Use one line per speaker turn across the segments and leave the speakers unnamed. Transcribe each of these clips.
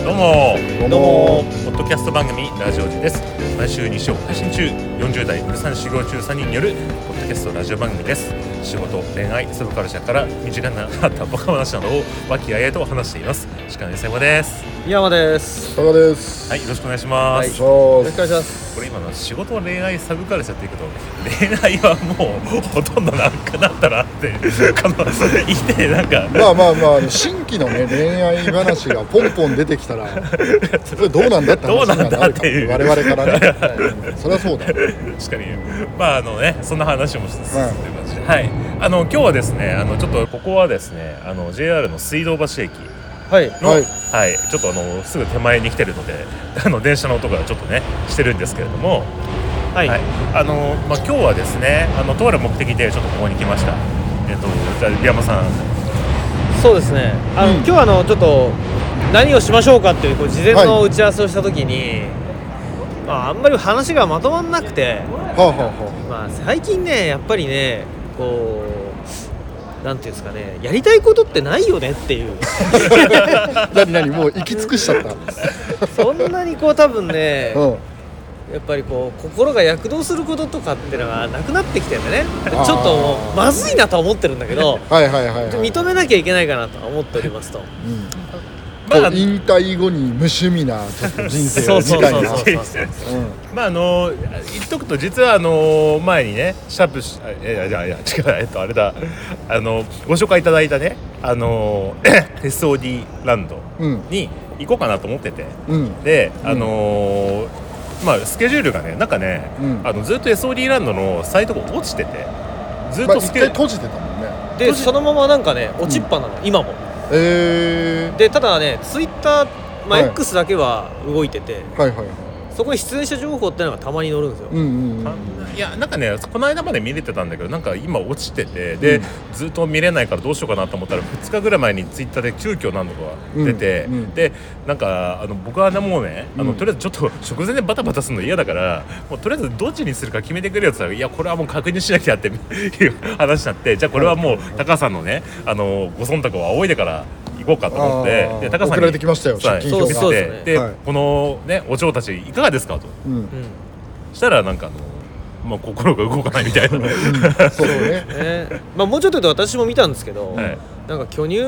どうもポッドキャスト番組ラジオジです毎週日曜配信中40代13四5中3人によるポッドキャストラジオ番組です仕事恋愛サブカルチャーから身近なあったバカ話などを和気あいあいと話しています時間の山です
山です。
佐賀です。
はいよろしくお願いします、
はいよ
お願
ろしくお願
いしま
いし
す。
ます。
これ今の仕事恋愛サブカルチャーって言うけど恋愛はもうほとんどなくなったなってこの言ってなんか
まあまあまああの新規のね恋愛話がポンポン出てき たら、それどうなんだって
どう
話
な
に
ん
は
だ
な
っ
る
て
か
いう
ら、我々からね。 うんそりゃそうだ。
確かにまああのねそんな話もしつつ、
はい
という感じではいあの今日はですねあのちょっとここはですねあの JR の水道橋駅
はい。
のは
はいい、
ちょっとあのすぐ手前に来てるのであの電車の音がちょっとねしてるんですけれども
は
はい、あのまあ今日はですねあのとある目的でちょっとここに来ましたえっとじゃあリアマさん
そうですね。あの、
うん
今日はあのちょっと何をしましょうかっていうこう事前の
は
打ち合わせをしたときに、まああんまり話がまとまんなくて、
はあはあは
まあ最近ねやっぱりねこうなんていうんですかねやりたいことってないよねっていう
あ。なになにもう行き尽くし ちゃった。
そんなにこう多分ね、
うん。
やっぱりこう心が躍動することとかってのがなくなってきてるんだね
あー
ちょっともうまずいなとは思ってるんだけど
はいはいはいはい。
認めなきゃいけないかなとは思っておりますと
うん
まあ
こう引退後に無趣味なちょっと人生
そう
を
そ
次
うそ うそう
回な。
そう
うん
まああの言っとくと実はあの前にねシャープしあいやいやいや違うえっとあれだあのご紹介いただいたねあの テスオディランド
うん
に行こうかなと思ってて
うん。
で
うん
あの、まあスケジュールがねなんかね、
うん
あのずっと SOD ランドのサイトが落ちててずっ
まあ
とス
一
ケジュ
回
ール、
閉じてたもんね。
でそのままなんかね落ちっぱなの、今も
え
でただねツイッター、まあ、
はい
X だけは動いてて、
え。はいはいはい。
そこに出演者情報ってのがたまに載るんですよ、
うんうんうん。
いやなんかねこの間まで見れてたんだけどなんか今落ちててで、
うん
ずっと見れないからどうしようかなと思ったら2日ぐらい前にツイッターで急遽何度か出て、
うんうん
でなんかあの僕はねもうねあの、
うん
とりあえずちょっと食前でバタバタするの嫌だからもうとりあえずどっちにするか決めてくれよって言ったらいやこれはもう確認しなきゃっていう話になってじゃあこれはもう高橋さんのねあのご忖度を仰いでから行こうかと思って
あー
で高橋さんに
送られてきましたよ
はい
出
勤表
送
が
ってきて
そうそうそう
で、
はい
このねお嬢たちいかがですかと。
うん
う。ん
したらなんかあの、まあ、心が動かないみたいな
そうね。
ねまあ、もうちょっと言うと私も見たんですけど、
はい
なんか巨乳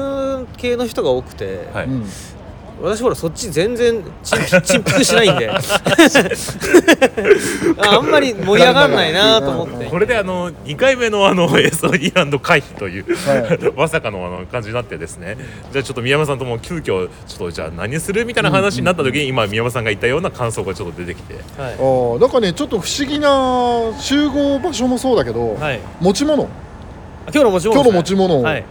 系の人が多くて、
はい、
うん。
私ほらそっち全然ちん ちんぷくしないんでああんまり盛り上がんないなと思って
これであの2回目のあの SOD ランド回避という、
は
まさかのあの感じになってですねじゃあちょっと宮山さんとも急遽ちょっとじゃあ何するみたいな話になった時に、今宮山さんが言ったような感想がちょっと出てきて
はい
あーなんかねちょっと不思議な集合場所もそうだけど、
はい
持ち物
今日の持ち物
今日の持ち物
はい、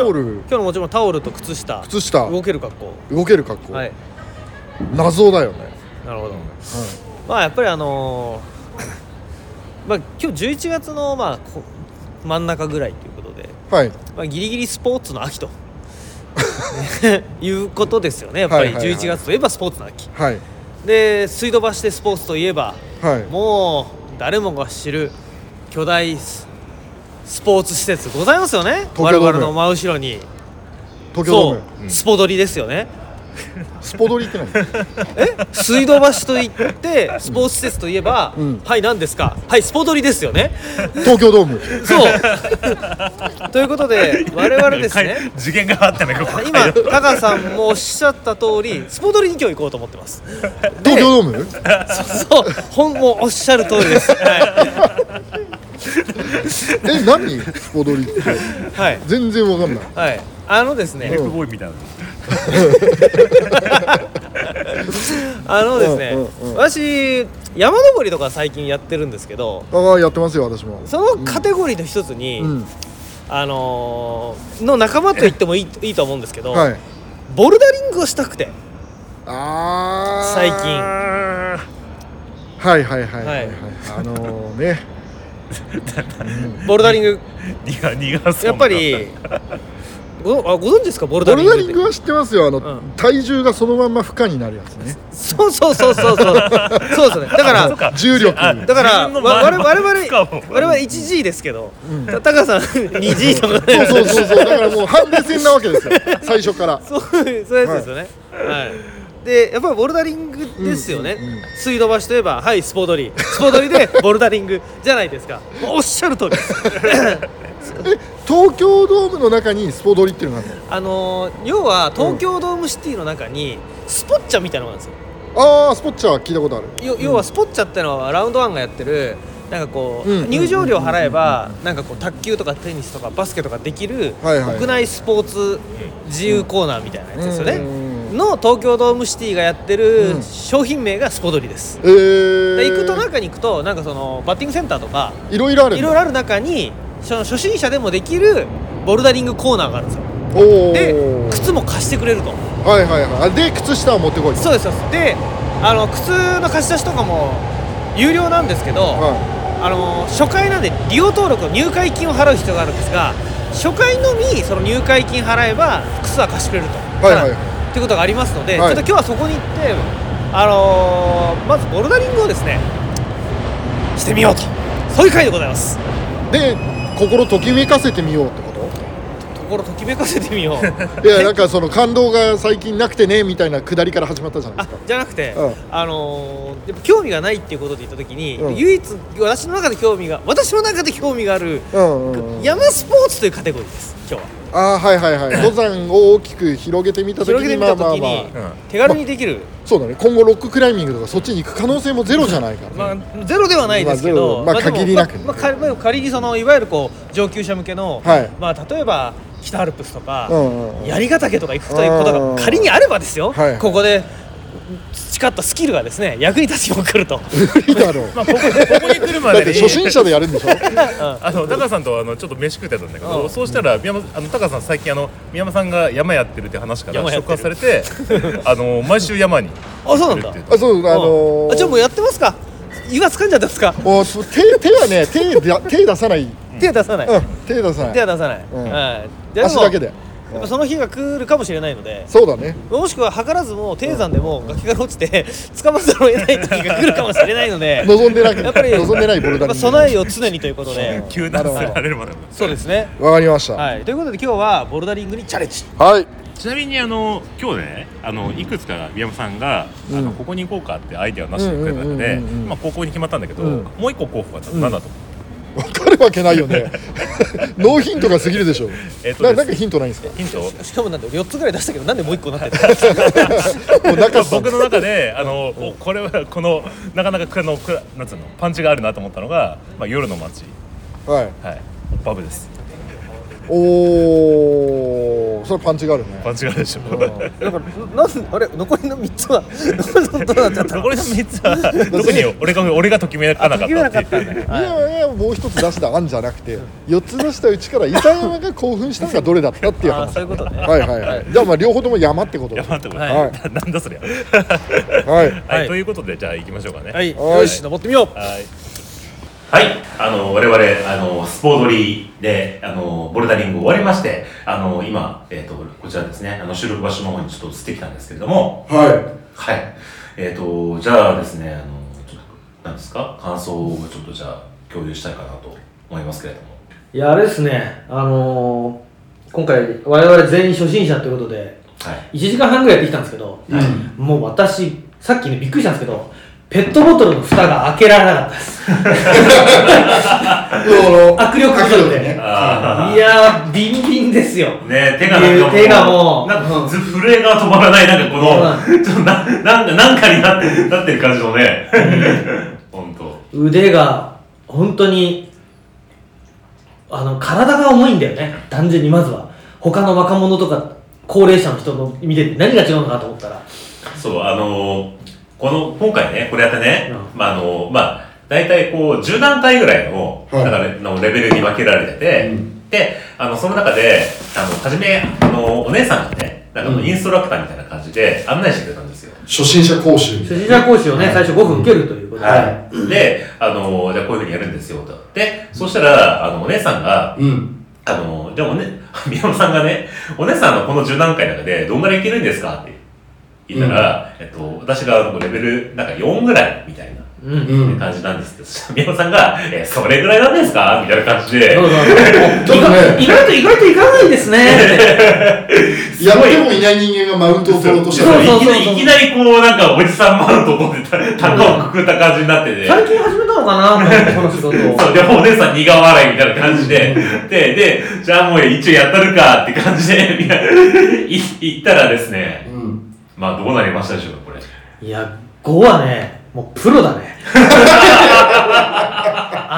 タオル
今日の持ち物タオルと靴下
靴下
動ける格好
動ける格好、
はい
謎だよね、
なるほど、
は
まあやっぱりあのーまあ今日11月のまあこ真ん中ぐらいということで、
い、はい、
まあ、ギリギリスポーツの秋とねいうことですよねやっぱり
はいはいはい
11月といえばスポーツの秋
はい
で水道橋でスポーツといえば
はい
もう誰もが知る巨大ススポーツ施設ございますよね
東
我
京ドーム
々の真後ろに
東京ドー
そ
ム
う、スポドリですよね
スポドリって何
水道橋といってスポーツ施設といえば、
うん
はい何ですかはいスポドリですよね
東京ドーム
そうということで我々です
なん
ね
か次元があったねここ
今タカさんもおっしゃった通りスポドリに今日行こうと思ってます
東京ドーム
そう本もおっしゃる通りですは
え何スポドリって
いはい、
全然わかんない
はい、あのですね
エフボーイみたいな
あのですね、
うんうんうん
私山登りとか最近やってるんですけど
ああやってますよ私も
そのカテゴリーの一つに、
うん
あのーの仲間と言ってもいいいいと思うんですけど、
はい
ボルダリングをしたくて、
あー
最近
はいはいはいはい、はい
は
あのー、 ね
ボルダリング
苦苦そうな
やっぱりごあご存知ですかボル
ボ
ダリン
ル
グっ
ダ
て
リングは知ってますよあの、
うん
体重がそのまんま負荷になるやつね
そうそうそうそうそうそうですねだ
あ
か
そう
ら
か
重力
あ
だから
自分
わ
の前
我々我々
負荷を
我々 1G ですけど、
ん
たタカさん 2G とか
そう
ね
そうそうそうだからもうハンデ戦なわけですよ最初から
そうそういうやつですよね、はいでやっぱりボルダリングですよね、
うんうんうん
水道橋といえばはいスポドリスポドリでボルダリングじゃないですかもうおっしゃる通りです
え東京ドームの中にスポドリっていうのがあるの
あのー要は東京ドームシティの中にスポッチャみたいなのがあるんです
ああスポッチャーは聞いたことある
よよ要はスポッチャってのはラウンドワンがやってるなんかこう、
うんうんうん
入場料払えばなんかこう卓球とかテニスとかバスケとかできる、
はいはい
国内スポーツ自由コーナーみたいなやつですよね、
うんうんうん
の東京ドームシティがやってる
うん
商品名がスポドリです、
えー、
で行くと中に行くとなんかそのバッティングセンターとか
いろいろある
いろいろある中にその初心者でもできるボルダリングコーナーがあるんですよ
おお
で靴も貸してくれると
はいはいはいあで靴下を持ってこい
そうですそうですであの靴の貸し出しとかも有料なんですけど、
は
あの初回なんで利用登録の入会金を払う必要があるんですが初回のみその入会金払えば靴は貸してくれると、
はいはい
い、ということがありますので、
はい
ちょっと今日はそこに行ってあのーまずボルダリングをですねしてみようとそういう回でございます
いで心ときめかせてみようってこと
心ときめかせてみよ う
いやなんかその感動が最近なくてねみたいな下りから始まったじゃない
あ
ですか
じゃなくて、
うん
あのーやっぱ興味がないっていうことで言った時に、
うん
唯一私の中で興味が私の中で興味がある
うんうんうん
山スポーツというカテゴリーです今日は
あーはいはい はい登山を大きく広げてみた時
広げて
に
み
まあ
た
まあ
時
ま
に
あ
まあまあうん
手軽にできる、
そうだね今後ロッククライミングとかそっちに行く可能性もゼロじゃないから、ね
まあ、ゼロではないですけど、
まあゼロまあ
でも
限りなくね
まあかまあ仮にそのいわゆるこう上級者向けの、
はい
まあ、例えば北アルプスとか、
うんうんうん
槍ヶ岳とか行くということ
うん
が仮にあればですよ、
はい
ここで培ったスキルがですね役に立つように来る と
無理だろう
まあここここに来るま
だっ
で
て
に
初心者でやるんでしょ
あのタカさんとあのちょっと飯食ってたんだけど、
うん
そうしたら宮山あのタカさん最近あの宮山さんが山やってるって話から
山やっ
触
てる
発されて あの毎週山に
あそうなんだ
来るって
あそうあのー、
あじゃあもうやってますか岩掴んじゃってますか
もうそう手手はね手だ手出さない、うん、
手は出さない、
手出さな
手
い
は出さない、
うん
はいでも
足だけで
やっぱその日が来るかもしれないので
そうだね
もしくは図らずも低山でも崖から落ちて 捕まると得ない時が来るかもしれないので
望んでなく
やっぱり
望んでないボルダリング
備えを常にということで
急なせられるまでも
そうですね
わかりましたはい、
はいということで今日はボルダリングにチャレンジ
ちなみにあの今日ねあのいくつか宮山さんが、あ
う
の
ん
ここに行こうかってアイデアを出してくれたので、
うんうんうんうんうん
まあ高校に決まったんだけど、
うん
もう一個候補が何だと思う、
わかるわけないよねノーヒントが過ぎるでしょ、
えっと
な
です
なんかヒントないんですか
ヒント
しかもなんで4つぐらい出したけどなんでもう1個なってた
もうなかった
僕の中であのおこれはこのなかなかくのくなんつうのパンチがあるなと思ったのが、まあ、夜の街
はい
はいバブです
おおそれパンチがあるね
パンチがあるでしょ
だからなんあれ残りの3つはどうなっちゃったの
残りの3つは 特に俺が俺がときめかなかったっていう
い やいやもう一つ出した案じゃなくて4つ出したうちから伊佐山が興奮したのがどれだったっていう
あー
話
そういうことね
はいはいはいじゃあまあ両方とも山ってことで
やばいとこ、
はい
ななんだそりゃ、
はい
はい
はい
ということでじゃあ行きましょうかね
はい
はい
よし登ってみよう
はい、はい、あの我々あのスポードリーであのボルダリング終わりましてあの今、えー、とこちらですねあの収録場所の方にちょっと移ってきたんですけれども
は
はいえっ、とじゃあですねあのちょっとなんですか感想をちょっとじゃあ共有したいかなと思いますけれども
いやあれですねあのー今回我々全員初心者ということで
はい
1時間半ぐらいやってきたんですけど、もう私さっきねびっくりしたんですけどペットボトルの蓋が開けられなかったです 握力不足で、い
あ
やービンビンですよ
ね手がなんかう
手がもう
なんかず震えが止まらないなんかこの ちょっとななんかなんかになってなってる感じのね 本当
腕が本当にあの体が重いんだよね単純にまずは他の若者とか高齢者の人の見てて何が違うのかと思ったら
そう、あのーこの、今回ね、これやってね、
う
まあ、あのーまあ、大体こう、10段階ぐらいの、
はい
だからのレベルに分けられてて、で、あの、その中で、あの、初め、あのお姉さんがね、なんかのインストラクターみたいな感じで案内してくれたんですよ。
初心者講習
初心者講習をね最初5分受けるということで、
い。で、あのーじゃあこういうふうにやるんですよ、と。で、そしたら、あの、お姉さんが、
うん
あのーじゃあおね、 宮本さんがね、お姉さんのこの10段階の中で、どんぐらいいけるんですかって言ったら、えっと、私があのレベル、なんか4ぐらい、みたいな。
うんうん
うん
感じなんですけど、そしたら宮本さんが、えーそれぐらいなんですかみたいな感じで
そ、うそうそう
ちょっとね
意外と意外といかない んですね
ご
やっ
い
てもいない人間がマウントを取ろうとした
そう
ら
そう
いきなりいきなりこう、なんかおじさんマウント取ってた、高をくくった感じになってて、
最近始めたのかなこの仕事を
そうでもお姉さん苦笑いみたいな感じで、で、で、じゃあもう一応やったるかって感じで、みんな、い行ったらですね、
うん
まあどうなりましたでしょうか、これ。
いや5はねもうプロだ ねあ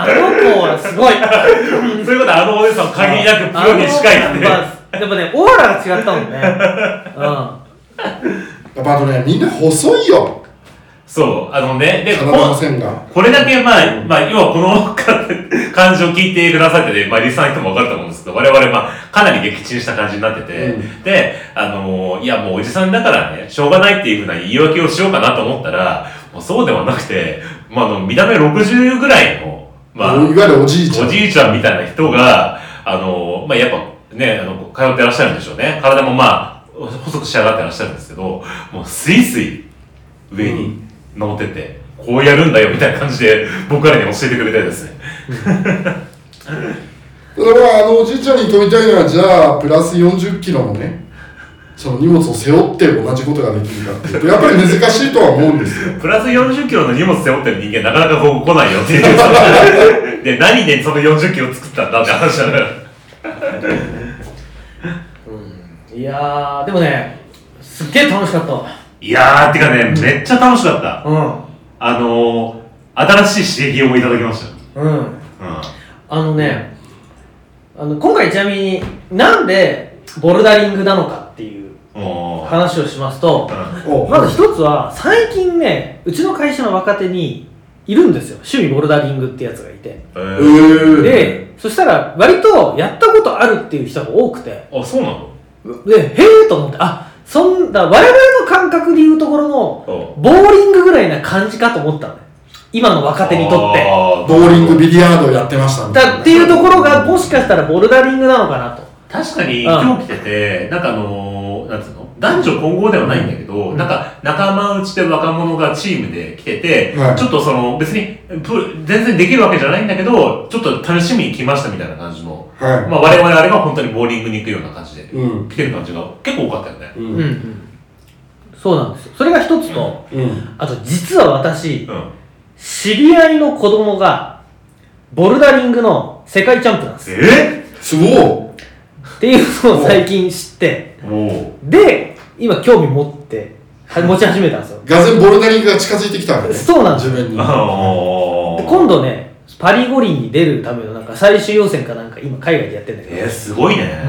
の子はすごい
そういうことはあのお姉さんは限りなくプロに近いって。
あのやっぱねオーラが違ったも んねう
やっぱあとねみんな細いよ
そう、あのね、で、こ
体の線が
これだけ、まあ、まあ、要はこの感じを聞いてくださってて、まあ、リスナーの人も分かると思うんですけど、我々、まあ、かなり撃沈した感じになってて、
う
で、あのーいや、もうおじさんだからね、しょうがないっていうふうな言い訳をしようかなと思ったら、もうそうではなくて、まあ、あの、見た目60ぐらいの、まあ、
いわゆるおじいちゃ
お
ん
じいちゃんみたいな人が、あの、まあ、やっぱね、あの、通ってらっしゃるんでしょうね。体もまあ、細く仕上がってらっしゃるんですけど、もうスイスイ上に乗ってて、こうやるんだよみたいな感じで僕らに教えてくれてですね。
だからあのおじいちゃんに問いたいのはじゃあプラス4 0キロのねその荷物を背負って同じことができるかっていうとやっぱり難しいとは思うんですよ
プラス40キロの荷物背負ってる人間なかなかここ来ないよっていう。で、何でその40キロ作ったんだって話だから。
んいやーでもねすっげえ楽しかったわ
いやー、てかね、めっちゃ楽しかった。
う
あの新しい刺激をいただきました。
んうん
うん。
あのねあの今回ちなみになんでボルダリングなのかっていう
おー
話をしますと
うん
お
まず一つは最近ねうちの会社の若手にいるんですよ趣味ボルダリングってやつがいて
え
え
ー
ー、
でそしたら割とやったことあるっていう人が多くて
あ、そうなの
でへえと思ってあそんだ我々の感覚でいうところの
う
ボーリングぐらいな感じかと思ったのね今の若手にとって
ボーリングビリヤードやってましたみたいな
だっていうところがもしかしたらボルダリングなのかなと
確かに
ん
今日来てて、なんかあのー、なんつうの男女混合ではないんだけど、
うん
なんか仲間内で若者がチームで来てて、
はい
ちょっとその別にプ全然できるわけじゃないんだけど、ちょっと楽しみに来ましたみたいな感じの、
は
まあ我々あれば本当にボーリングに行くような感じで
いうん
来てる感じが結構多かったよね。
う
うんん、そうなんですよそれが一つと、
うん
あと実は私
うん。
知り合いの子供がボルダリングの世界チャンプなんです
え
すごい
っていうのを最近知って
も
で今興味持っては持ち始めたんですよ
がぜんボルダリングが近づいてきたわけね
そうなんです
自
よ
分
う
に
あ
で
の
今度ねパリ五輪に出るためのなんか最終予選かなんか今海外でやってんだけど
えー、すごいね。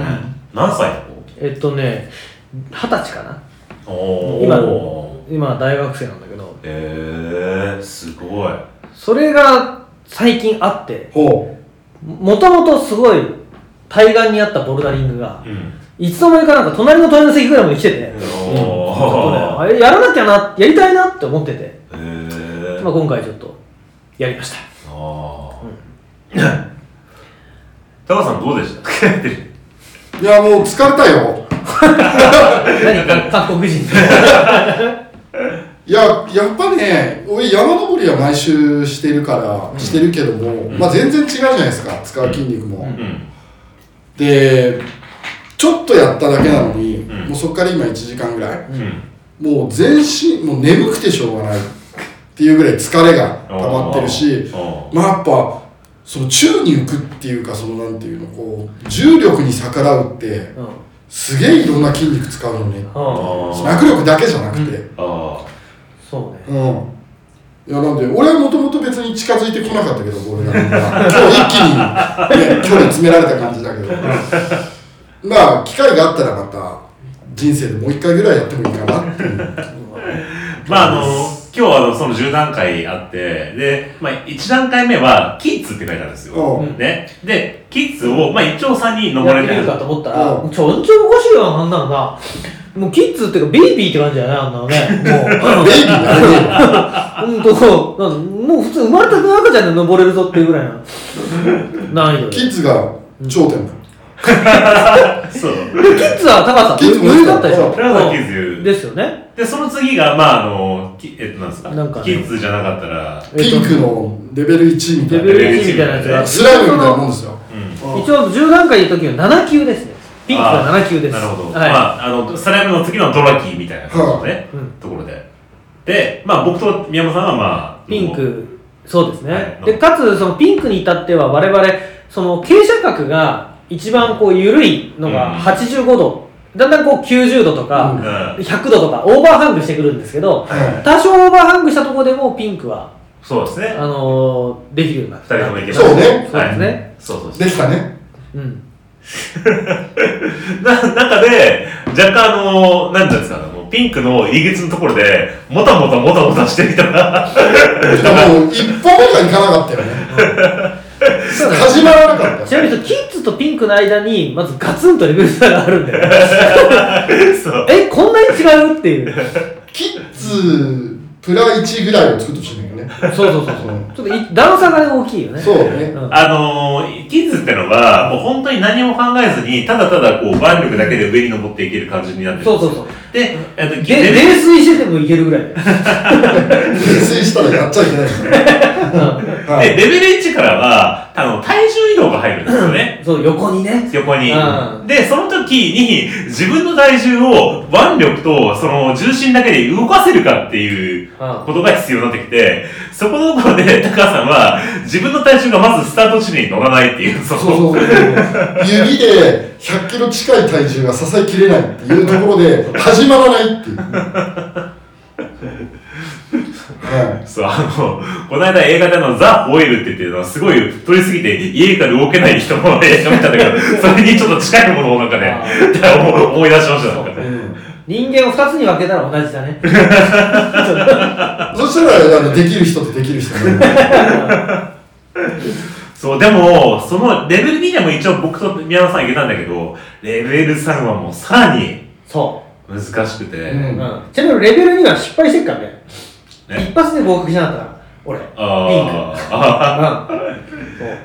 何歳なの
えっとね二十歳かな
おー
今の今大学生なんだけど
えー、すごい。
それが最近あって
ほ
もともとすごい対岸にあったボルダリングが
うん。
いつの間にかなんか隣の隣の席ぐらいまで来てて、ちょっとね
お
あれやらなきゃなやりたいなって思ってて、
ーへ
まあ、
ー
今回ちょっとやりました
あータカさんどうでした
ういやもう疲れたよ
何か韓国人
いややっぱね俺山登りは毎週してるから、してるけども、まあ全然違うじゃないですか使う筋肉も、
うん。
でちょっとやっただけなのに、
ん
もうそこから今1時間ぐらい
うん。
もう全身もう眠くてしょうがないっていうぐらい疲れが溜まってるし
あ
まあやっぱその宙に浮くっていうかそのなんていうのこう重力に逆らうって
うん、うん
すげえいろんな筋肉使うのね
ー
握力だけじゃなくて、
あ
そうね
うんいやなんで俺はもともと別に近づいてこなかったけど俺が今日一気に、ね、距離詰められた感じだけど まあ機会があったらまた人生でもう一回ぐらいやってもいいかなっていう
ーまああの、今日はあのその10段階あって、で、まあ1段階目は、キッズって書いてあるんですよ
う。
ん
ね。で、キッズを、まあ一応3人登
や
れ
ってて
る
みるかと思ったら、
う
ちょんちょんおかしいよな、あんなのな。もうキッズっていうか、ベイビーって感じだよね、あんなのね。も う
ベイビーだ ね
うんとそうなんもう普通生まれたての赤ちゃんで登れるぞっていうぐらいの難易度で
キッズが頂点だ
そう。
でキッズは高橋さん、
キッズも
余裕だったでしょ
そう
高橋さんキッズ
ですよね。
で、その次が、まあ、あの、きえっと、なんですか
なんかね
キッズじゃなかったら、
えっ
ピ
と
ンクのレベル1みた
レ
い
ベ
な
ル1みたいなやつが。
スライムみたいなもんですよ
うん。
うん
一応10段階の時は7級ですね。ピンクが7級です。
なるほど。
はい。
まあ、あの、スライムの次のドラキーみたいな感じのね、
うん
ところで。で、まあ、僕と宮本さんは、まあ、
ピン
もう。
ク、そうですね。
はい
で、かつ、そのピンクに至っては我々、その傾斜角が一番こう緩いの
うん
が85度、だんだんこう90度と
う
うん
か、
ん。
100度とかオーバーハングしてくるんですけど、
は
多少オーバーハングしたところでもピンクは、
そうです
あ
ね。
のーできるようになっ
二
て
人ともいけます。
そうね
そうですね。
そうそう
い
そ
できたね
ううん。
う。な、中で、若干あの、なんていうんですか、あの、ピンクの入り口のところで、もたもたもたもたしてみたら、
でもう一歩目がいかなかったよね
そうだね
始まらなかったよ
ちなみにそのキッズとピンクの間に、まずガツンとレベル差があるんだよね。
そう。
え、こんなに違うっていう。
キッズプラ1ぐらいを作ってほしいんだよね
そうそうそうそう。ちょっとい段差がね大きいよね。
そうね
ん
あのー、キッズってのは、もう本当に何も考えずに、ただただこう、腕力だけで上に登っていける感じになってる。
そうそうそう。
で、えっと、
で、
レベル
泥酔しててもいけるぐらいだよ。
泥酔したらやっちゃいけないですねは
で、
い
レベル1からは、あの、体重移動が入るんですよね。
そう、横にね。
横に
う。ん
で、その時に、自分の体重を腕力と、その、重心だけで動かせるかっていうことが必要になってきて、そこのところで、高橋さんは、自分の体重がまずスタート地点に乗らないっていう、そ
そう
の、
そうそう指で100キロ近い体重が支えきれないっていうところで始まらないっていうは
そう、あの、この間映画であの、ザ・ホイールって言ってるのは、すごい撮りすぎて、家から動けない人の映画見たんだけど、それにちょっと近いものをなんかね
あ、
思い思い出しました、なんか
い、
ね。
人間を二つに分けたら同じだね。
そしたらあのできる人とできる人が
そう、でも、そのレベル2でも一応僕と宮野さんいけたんだけど、レベル3はもうさらに
そ
難しくて、
うん
う。うん。ちなみにレベル2は失敗してっからね。
ね
一発で合格しなかったから。俺。
あーあ
うん。そう。
ー、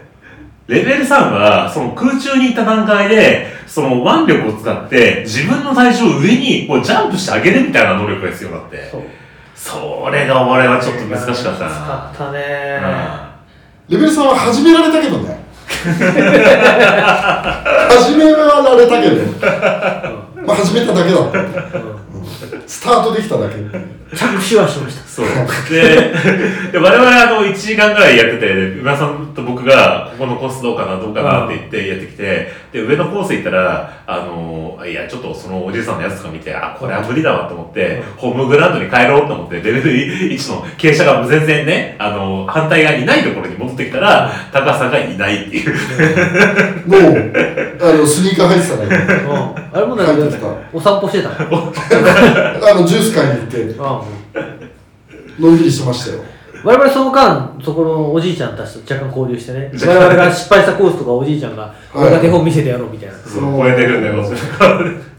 レベル3は、その空中に行った段階で、その腕力を使って、自分の体重を上にこうジャンプして上げるみたいな能力が必要だって。
そう
それが俺はちょっと難しかった
難しか
な。
ったね
レベル3は始められたけどね始められたけど、まあ、始めただけだったスタートできただけ
着手はしました。
そう。で、で我々あの、1時間ぐらいやってて、上田さんと僕が、ここのコースどうかな、どうかなって言ってやってきて、で、上のコース行ったら、あの、いや、ちょっとそのおじいさんのやつとか見て、あ、これは無理だわと思って、ホームグラウンドに帰ろうと思って、レベル1の傾斜が全然ね、あの、反対側にないところに戻ってきたら、高さがいないっていう。
もうあのスニーカー入ってただけ
うん。あれもなん
帰ってきた
か、お散歩してたの。うん。
あのジュース買いに行ってのんびりしてましたよ
我々その間、そこのおじいちゃんたちと若干交流して ね、我々が失敗したコースとかおじいちゃんが、俺が手本見せてやろうみたいな。
そう
超えてるんだよ、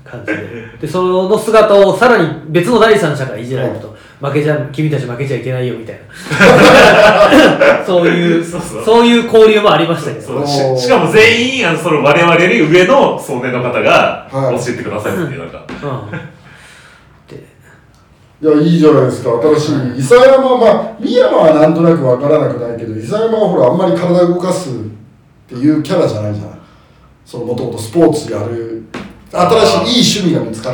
感じで。で、その姿をさらに別の第三者からいじられると、負けちゃ、君たち負けちゃいけないよみたいな。 そういう、
そうそう
いう交流もありましたけど。
そう
おー
ししかも全員、あの、その我々より上の少年の方が
はい
教えてくださいっていう、なん か。
うん。で、
いやいいじゃないですか新しい伊佐山はまあ三山はなんとなくわからなくないけど伊佐山はほらあんまり体を動かすっていうキャラじゃないじゃないそのもともとスポーツやる新しいいい趣味が見つかっ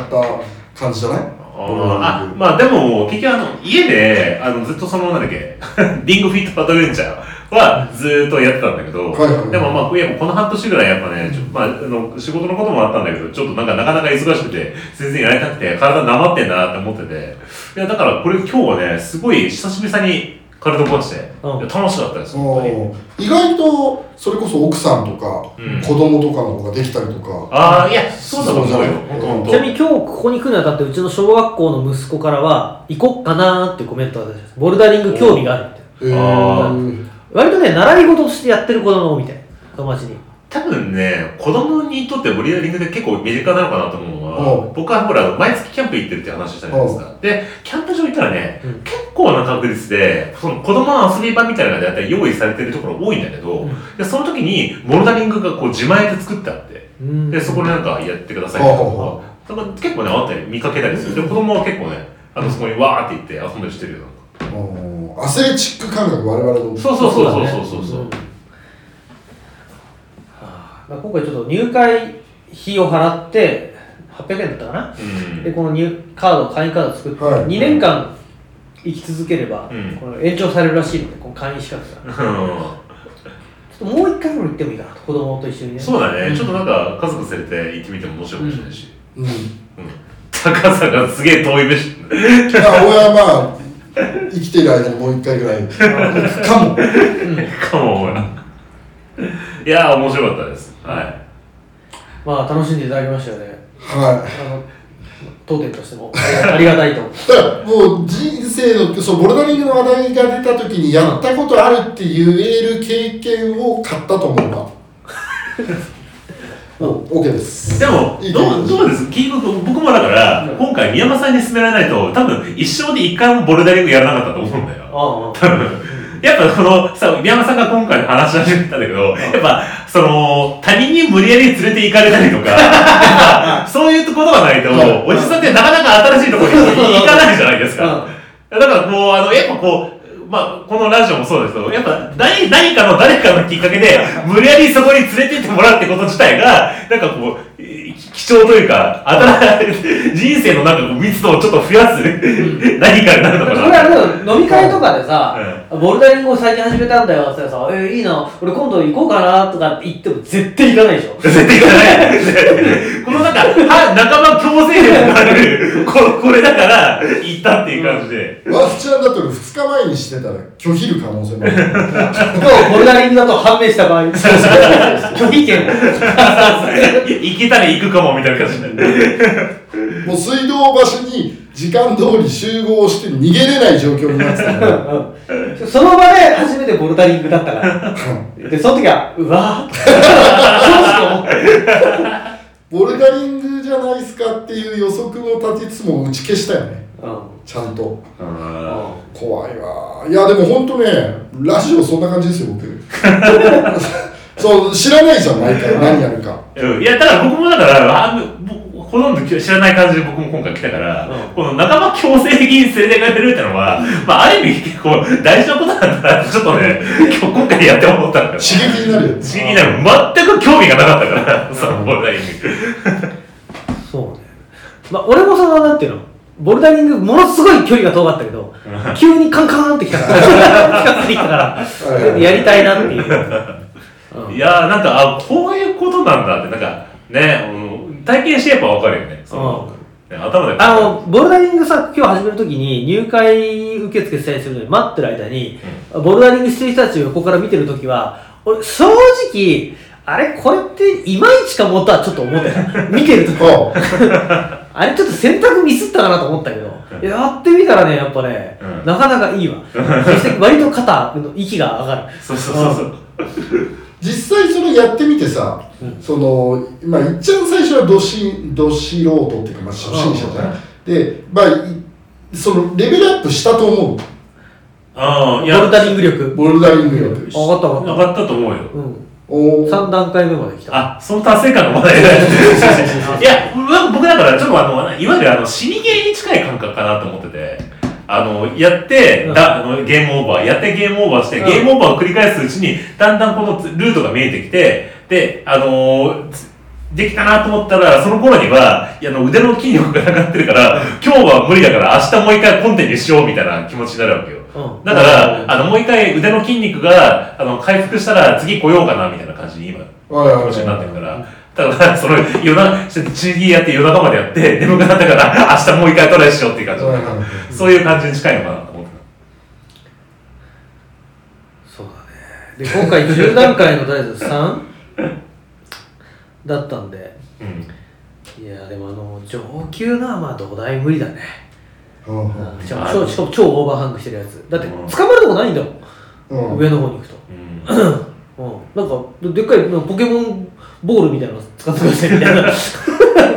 た感じじゃない
あーあ、まあでも、結局あの、家で、あの、ずっとその、なんだっけ、 リングフィットアドベンチャーはずーっとやってたんだけど、
はいはいはい
でもまあ、いやもうこの半年ぐらいやっぱね、ちょまあ、あの、仕事のこともあったんだけど、ちょっとなんかなかなか忙しくて、全然やれなくて、体なまってんなって思ってて、いや、だからこれ今日はね、すごい久しぶりに体を壊して、
うん
いや楽しかったです、本当に。
お意外とそれこそ奥さんとか、
うん
子供とかの方ができたりとか
ああ、いや、そうだと思うよ。
そう
本当本
ち
当
なみに今日ここに来るにあたって、うちの小学校の息子からは、行こっかなーっていうコメントが出てます。ボルダリング興味があるみたい
え
な。
ー
あ
割とね、習い事としてやってる子供みたいな。友達に。
多分ね、子供にとってボルダリングって結構身近なのかなと思うの
う
は、僕はほら、毎月キャンプ行ってるって話したじゃないですか。で、キャンプ場行ったらね、
うん
結構な確率で、その子供の遊び場みたいなのが大体用意されてるところ多いんだけど、
うん
でその時にボルダリングがこう自前で作ってあって、
うん
で、そこでなんかやってください
ほうほう
とか、なんか結構ね、あったり見かけたりする。で、子供は結構ね、あの、そこにわーって行って遊んだりしてるよ。
うんアスレチック感覚我々の
そうそうそうそうそうそうそう。
だねはあまあ今回ちょっと入会費を払って800円だったかな、
うん
でこの入カード会員カードを作って、
はい
2年間生き続ければ、
うん
この延長されるらしいのでこの会員資格がち
う
ょっともう1回ぐらい行ってもいいかなと子供と一緒にね
んそうだ
う
ね、
ん
ちょっとなんか家族連れて行ってみても面白いかもしれないし、
うんい
うん、高さがすげえ遠い飯
や俺はまあ生きている間にもう一回ぐらい行くかも
かもほらいやー面白かったですは
まあ楽しんでいただきましたよね
はい
あの当店としてもありがたいと
だからもう人生のそうボルダリングの話題が出た時にやったことあるって言える経験を買ったと思うわ うん、OK です
いでも
いい
どうどうですキー僕もだから
うん
今回宮山さんに勧められないと多分一生で一回もボルダリングやらなかったと思うんだよ
あ
多分やっぱこのさ宮山さんが今回話し始めたんだけどやっぱその他人に無理やり連れて行かれたりとかやっぱそういうことがないと
うん
おじさんってなかなか新しいところに行かないじゃないですか
あ
だからこう、あの、やっぱこう、まあ、このラジオもそうですけど、やっぱ誰、何かの誰かのきっかけで、無理やりそこに連れてってもらうってこと自体が、なんかこう、えー貴重というか、新しい、人生のなんかこう密度をちょっと増やす、何かになるの
それ
かな。
は飲み会とかでさ、ボルダリングを最近始めたんだよって言ったらさ、えー、いいな、俺今度行こうかなとかって言っても絶対行かないでしょ。
絶対行か ない。このなんか、は仲間強制力がある、ここれだから、行ったっていう感じで。
ワンチャンだと2日前にしてたら拒否る可能性もある
今日ボルダリングだと判明した場合、 拒否権
行けたら行くかも、みたいな感じで。
もう水道橋に時間通り集合して逃げれない状況になってたから
うんその場で初めてボルダリングだったから。で、その時は、うわーって、正直思っ
ボルダリングじゃないですかっていう予測を立てつつも打ち消したよね
た。うん
ちゃんと
うん
怖いわいやでも本当ねラジオそんな感じですよ僕 そう知らないじゃん毎回何やるか
うんいや、だから僕もだから、あぼほとんど知らない感じで僕も今回来たから、
うん
この仲間強制的に連れて行かれてるってのは、まあ、ある意味結構大事なことなんだなってちょっとね、今日今回やって思ったんだけど。
刺激になるよ
刺激になる。全く興味がなかったから、そのボルダリング。
そうね。まあ、俺もその、なんていうの、ボルダリング、ものすごい距離が遠かったけど、急にカンカーンってきたから、近づいてきたから、
はいはい
やりたいなっていう。うん
いやー、なんか、あ、こういうことなんだって、なんか、ね、うん体験してやっぱわかるよね。そのね頭で。
あの、ボルダリングさ、今日始めるときに、入会受付したりするのに、待ってる間に、ボルダリングしてる人たちを横から見てるときは、俺、正直、あれ、これって、いまいちかもとはちょっと思ってた。見てるとき。
あ
あれちょっと選択ミスったかなと思ったけど、いややってみたらね、やっぱね、
うん
なかなかいいわ。そして割と肩の息が上がる。
そうそうそうそう。
実際そのやってみてさ、
ん
そのまあいっちゃん最初はどしど素人っていうか、まあ、初心者じゃん、でまあいそのレベルアップしたと思う
ああ、いや、
ボル
上
ダリング力。
ボルダリングより
上がった上がっ
がったと思うよ。
た。うん。
おー
3段階目まで来た。
あ、その達成感の話題だ いや、僕僕だから、ちょっとあの、いわゆるあの、死にゲーに近い感覚かなと思ってて、あの、やって、
うん
だあのゲームオーバー、やってゲームオーバーして、
うん
ゲームオーバーを繰り返すうちに、だんだんこのルートが見えてきて、で、あのーつできたなと思ったら、その頃には、いや、あの、腕の筋力がなくなってるから、今日は無理だから、明日もう一回コンテンツしようみたいな気持ちになるわけよ。
うん
だから、
うん
あの、もう一回腕の筋肉が、あの、回復したら、次来ようかな、みたいな感じに今、
はいはい
気持
は
ち
い
になってるから。だから、その、夜中、中儀やって夜中までやって、眠くなったから、明日もう一回トライしようっていう感じ
はいはいはい。
そういう感じに近いのかなと思って
そうだね。で、今回10段階のとりあえず3だったんで。
た。うん。
いや、でもあの、上級な、まあ土台無理だね。
うん
しかも超しかも超オーバーハングしてるやつ。だって、
うん
捕まるとこないんだも
うん
ん。
うん
上の方に行くと。
うん。
うん、なんかでっかいなんかポケモンボールみたいなの使ってましたみたいな
い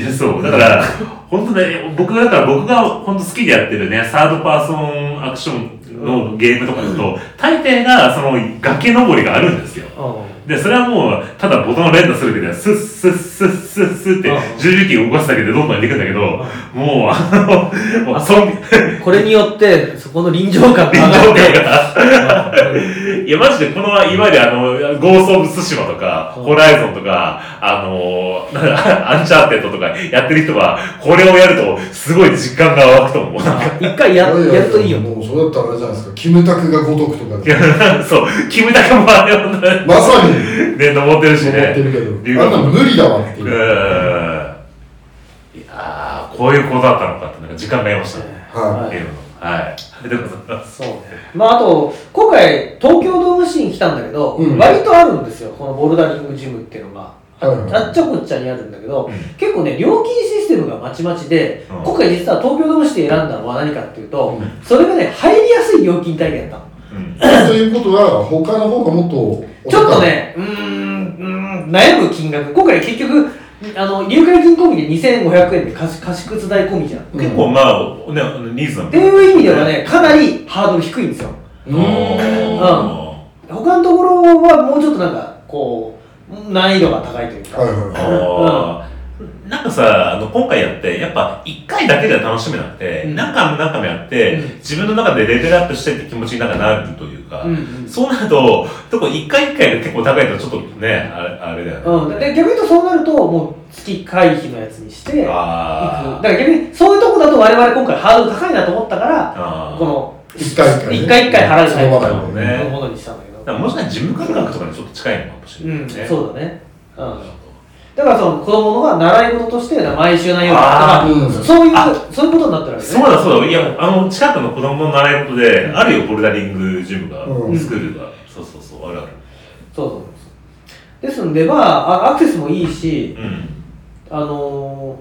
や そうだから本当ね僕だから僕が本当好きでやってるねサードパーソンアクションのゲームとかだと大抵がその崖登りがあるんですよ
うん
で、それはもう、ただボタンを連打するだけで、スッスッスッスッスッって
う、ん
重力器を動かすだけでどんどんできるんだけど、もう、あの、もう、そん、
これによって、そこの臨場感が上がって。
いや、マジで、この、いわゆるあの、ゴースト・オブ・ツシマとか、
うん
ホライゾンとか、あの、 なんだアンチャーテッドとかやってる人は、これをやると、すごい実感が湧くと思う。
一回や
いい
やるといいよ。
も うそれだったらあれじゃないですかキムタクがごとくとか
いや そう、キムタクもあれをね、
まさに
ね登ってるし
思って
ね。
るけ
龍
どあん
河
な
も
の無理だわっ
う
てい、
ん。いうやー、こういうことだったのかって、なんか時間が得ましたね。
は
はい
映画の。はい。ありがとうございます。
そうね。まあ、あと、今回、東京ドームシーン来たんだけど、
うん
割とあるんですよ。このボルダリングジムっていうのが。あ
はいはい
あっちゃこっちゃにあるんだけど、
うん
結構ね、料金システムがまちまちで、
うん
今回実は東京ドームシティ選んだのは何かっていうと、
う
それがね、入りやすい料金体験だったの。
うん。
い、ということは他の方がもっとお
ちょっとね、うーん、うーん悩む金額。今回結局、あの、入会金込みで2500円で貸し貸し靴代込みじゃん。
うん
結構、まあ、ね、ニーズな
っていう意味ではね、かなりハードル低いんですよ。
う
うん。
他のところはもうちょっとなんか、こう、難易度が高いというか。
はいはい
あーなんかさあの今回やってやっぱ1回だけでは楽しめなくて、
うん
何回も何回もやって、
うん
自分の中でレベルアップしてって気持ちになんかなるというか、
うんうん
そうなるととこ1回1回が結構高いとちょっとねあれあれだよ
うん、
ね、
で逆に言うとそうなるともう月会費のやつにしていくだか
あー
ら逆にそういうとこだと我々今回ハードル高いなと思ったから
あ
この
一回一回ね
一回一回払うじゃない
そうだよ
ね
ものにしたんだけ
ーだか
ど
らもしかしたら事務感覚とかにちょっと近いのかもしれ
う
ない
ん
ね、
そうだねうんだからその子供のが習い事として毎週のように
あ
ー
だから
うん
そういう
あ
そういうことになってるわけね
そうだそうだ、いや、あの、近くの子供の習い事で、あるよ、ボルダリングジムが、
うん
スクールが、そうそうそう、あるある。
そうそうそうですんでまああアクセスもいいし
うん。
あの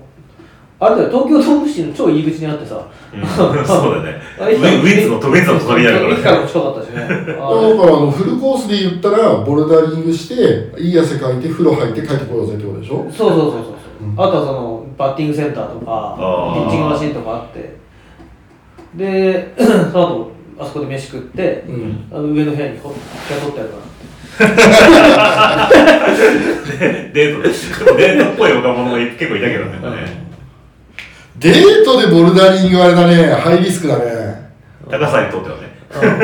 ー、あれだよ東京ドームシティの超入り口にあってさ
うんそうだね。ウ
あ
ィ
駅から
ウィッツのトレンの隣にある
駅
か
から
ら
も
ね。
近かったしね
だからあのフルコースで言ったらボルダリングしていい汗かいて風呂入って帰ってこようぜってことでしょ
そうそうそうそうそう、
うん
あとはそのバッティングセンターとか
あ
ピ
ー
ッチングマシンとかあってで その後あそこで飯食って
うん
あの上の部屋にほ部屋取ってやるから
デートです。デートっぽい若者が結構いたけどね。
デートでボルダリングあれだねハイリスクだね
高さんにとってはね。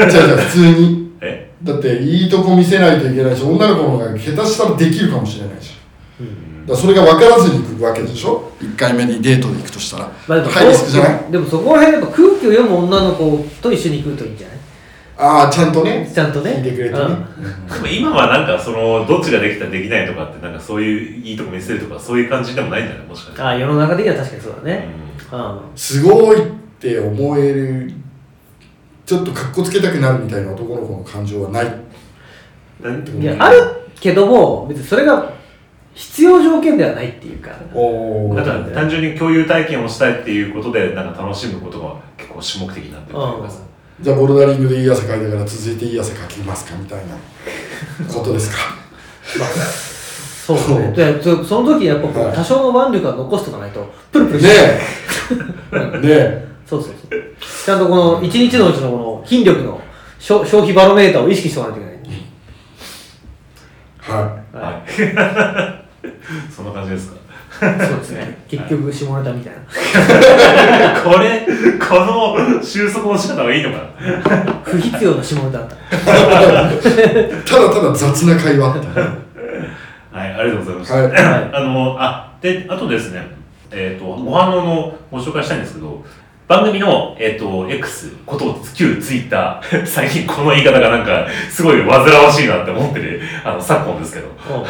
じゃあじゃあ普通に
え
だっていいとこ見せないといけないし女の子の方が下手したらできるかもしれないしだからそれが分からずに行くわけでしょ1回目にデートで行くとしたら、
まあでも
ハイリスクじゃない
でもそこら辺やっぱ空気を読む女の子と一緒に来るといいんじゃない
ああちゃんとね
ちゃんとね
聞いてくれてね、
うん
でも今はなんか、その、どっちができたできないとかって、なんかそういう、いいとこ見せるとか、そういう感じでもないんじゃないもしかして。
ああ世の中的には確かにそうだねうん
すごいって思えるちょっとかっこつけたくなるみたいな男の子の感情はない
うんなんてこと
いやあるけども別にそれが必要条件ではないっていうか
お
だ
ー
から単純に共有体験をしたいっていうことで、なんか楽しむことが結構主目的になってるというかさ。
じゃあボルダリングでいい汗かいたから続いていい汗かきますかみたいな ことですか
そうねでそその時やっぱこ
は
う
い
多少の腕力は残しとかないとプルプル
ね
しちゃう
えねえ
そうそうそう。ちゃんとこの一日のうちのこの筋力の消消費バロメーターを意識しておかないといけない。
は
はい。 そんな感じですか。
そうです ね。結局下ネタみたいな。
これ、この収束の仕方がいいのかな
不必要な下ネタだった。
いただただ雑な会話って
はい、ありがとうございました。
はい
は
あの、あ、で、あとですね、えっ、と、ご反応のご紹介したいんですけど、番組の、えっ、と、X、こと、旧ツイッター、 最近この言い方がなんか、すごい煩わしいなって思ってる、あの、昨今ですけど、
おう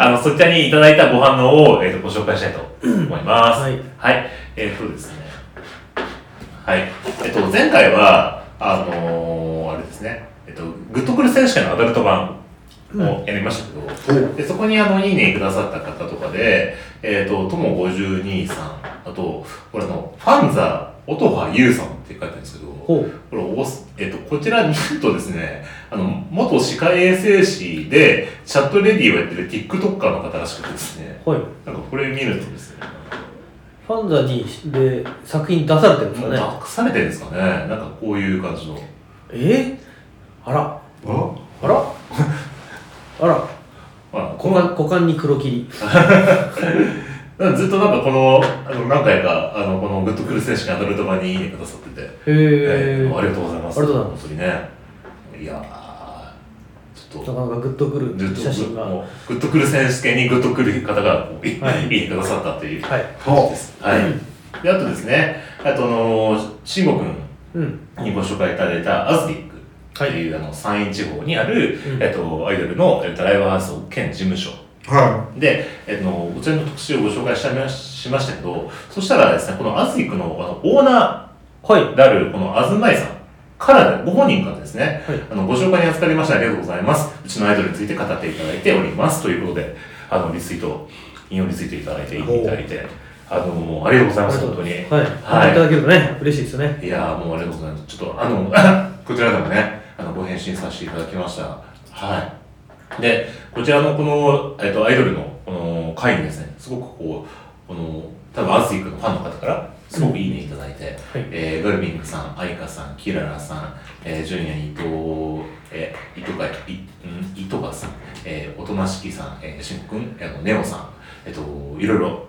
あの、そちらにいただいたご反応を、えっ、と、ご紹介したいと思います。
はい
はい。えっ、とですね。はい。えっ、と、前回は、あのーあれですね、えっ、と、グッドクル選手権のアダルト版をやりましたけど、
お
でそこにあの、いいねくださった方とかで、えっ、と、とも52さん、あと、これあの、ファンザ、音羽優さんって書いてあるんですけど、
ほう。
これおす、えっと、こちら見るとですね、あの、元歯科衛生士で、チャットレディをやってる TikToker の方らしくてですね、
ほい。
なんかこれ見るとですね、
ファンザにで作品出されてるんです
も
か
う
ね。
託されてるんですかね、なんかこういう感じの。
えーあら。
あ
あら。あら。
まあ、こ
股
の
間股間に黒霧
なんかずっとなんかこの、あの何回か、あの、このグッとくる選手がアドルト版にいいねくださってて、
へえ
はいありがとうございます。
ありがとう
本
ございま
当にね。いやー、ちょっ
な
と、
かなかグッとく
ずっ
る
と
写真がは
もうグッとくる選手権にグッとくる方が、い、
はい
いねくださったっていう。
い
ほ
はい。で、あとですね、あと、あのー、慎吾くん
うん
にご紹介いただいたアズビックっていう、あの、山陰地方にある、
うん
えっと、アイドルのえっとライブハウス兼事務所。
うは
で、えっと、こちらの特集をご紹介しましましたけど、そしたらですね、このアズビックのあのオーナ
はい
ーである、この東井さんから、ご本人からですね、
はい
あの、ご紹介に預かりましてありがとうございます。うちのアイドルについて語っていただいております。ということで、あの、リツイート、引用リツイートいただいて、いただいて、あの、ありがとうございます、本当に。
はい、
はい
い、ただけるとね嬉しいですね
いやーもうありがとうございます。ちょっとあの、 こちらでもね、あの、ご返信させていただきました。はい。で、こちらのこの、えっと、アイドルの、この、会にですね、すごくこう、この、多分、アズイクのファンの方から、すごくいいねいただいて、えー、ガルミングさん、アイカさん、キララさん、えー、ジュニア伊藤、えー、伊藤か、い、うん、伊藤かさん、えー、おとなしきさん、えー、しんくん、えーあの、ネオさん、えっ、と、いろいろ、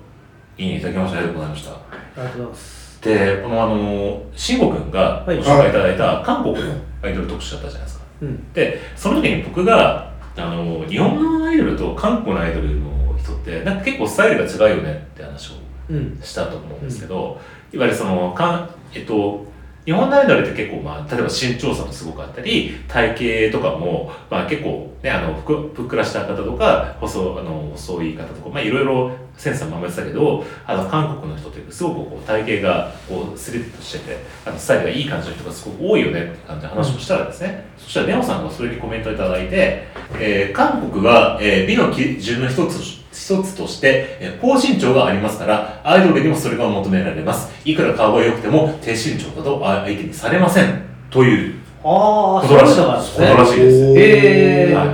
いいねいただきました。ありがとうございました。
ありがとうございます
で、このあの、慎吾くんがご
はい
紹介いただいた韓国のアイドル特集だったじゃないですか。
うん
で、その時に僕が、あの、日本のアイドルと韓国のアイドルの人って、なんか結構スタイルが違うよねって話を
うん
したと思うんですけど、いわゆるその、かんえっと、日本のアイドルって結構まあ、例えば身長差もすごくあったり、体型とかも、まあ結構ね、あの、ふくふっくらした方とか、細、あの、細い方とか、まあいろいろセンスは守ってたけど、あの、韓国の人ってすごくこう体型がこうスリッとしてて、あの、スタイルがいい感じの人がすごく多いよねって感じで話をしたらですね、そしたらネオさんがそれにコメントいただいて、えー韓国は、えー美の基準の一つ一つとして、えー高身長がありますから、アイドルにもそれが求められます。いくら顔が良くても、低身長だとあ相手にされません。という
あ
こ
あそ
と
う
ら
い
し
う
い
のがある
で。
んですす
こ
ね
とらしいです。
おー
へえー
は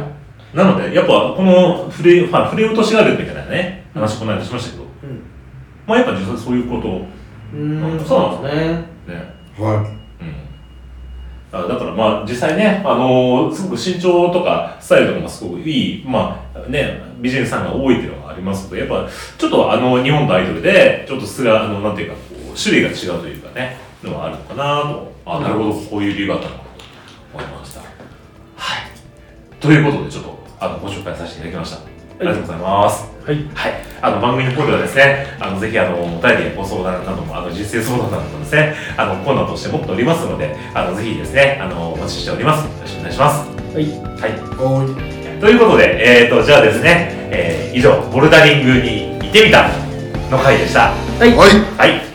い、なので、やっぱこの触れ,、まあ、触れ落としがあるみたいなね、話この間しましたけど、
うん
まあやっぱ実際そういうことをね。
うーんそうなんですね
いは
うんあだからまあ実際ね、あのーすごく身長とかスタイルとかもすごくいい、まあね、美人さんが多いっていうのはありますけど、やっぱちょっとあの日本のアイドルで、ちょっとすら、あの、なんていうか、こう種類が違うというかね、のはあるのかなと、あ、なるほど、こういう理由があったのかと思いました。はい。ということで、ちょっとあのご紹介させていただきました。ありがとうございます。
はい
はい、あの番組の方ではですね、あのぜひあのお便り、ご相談なども、あの人生相談などもですね、あのコーナーとして持っておりますので、あのぜひですね、あのお待ちしております。よろしくお願いします。
はい
はい、
おい
ということで、えー、とじゃあですね、えー以上ボルダリングに行ってみたの回でした。
はい
はい
はい。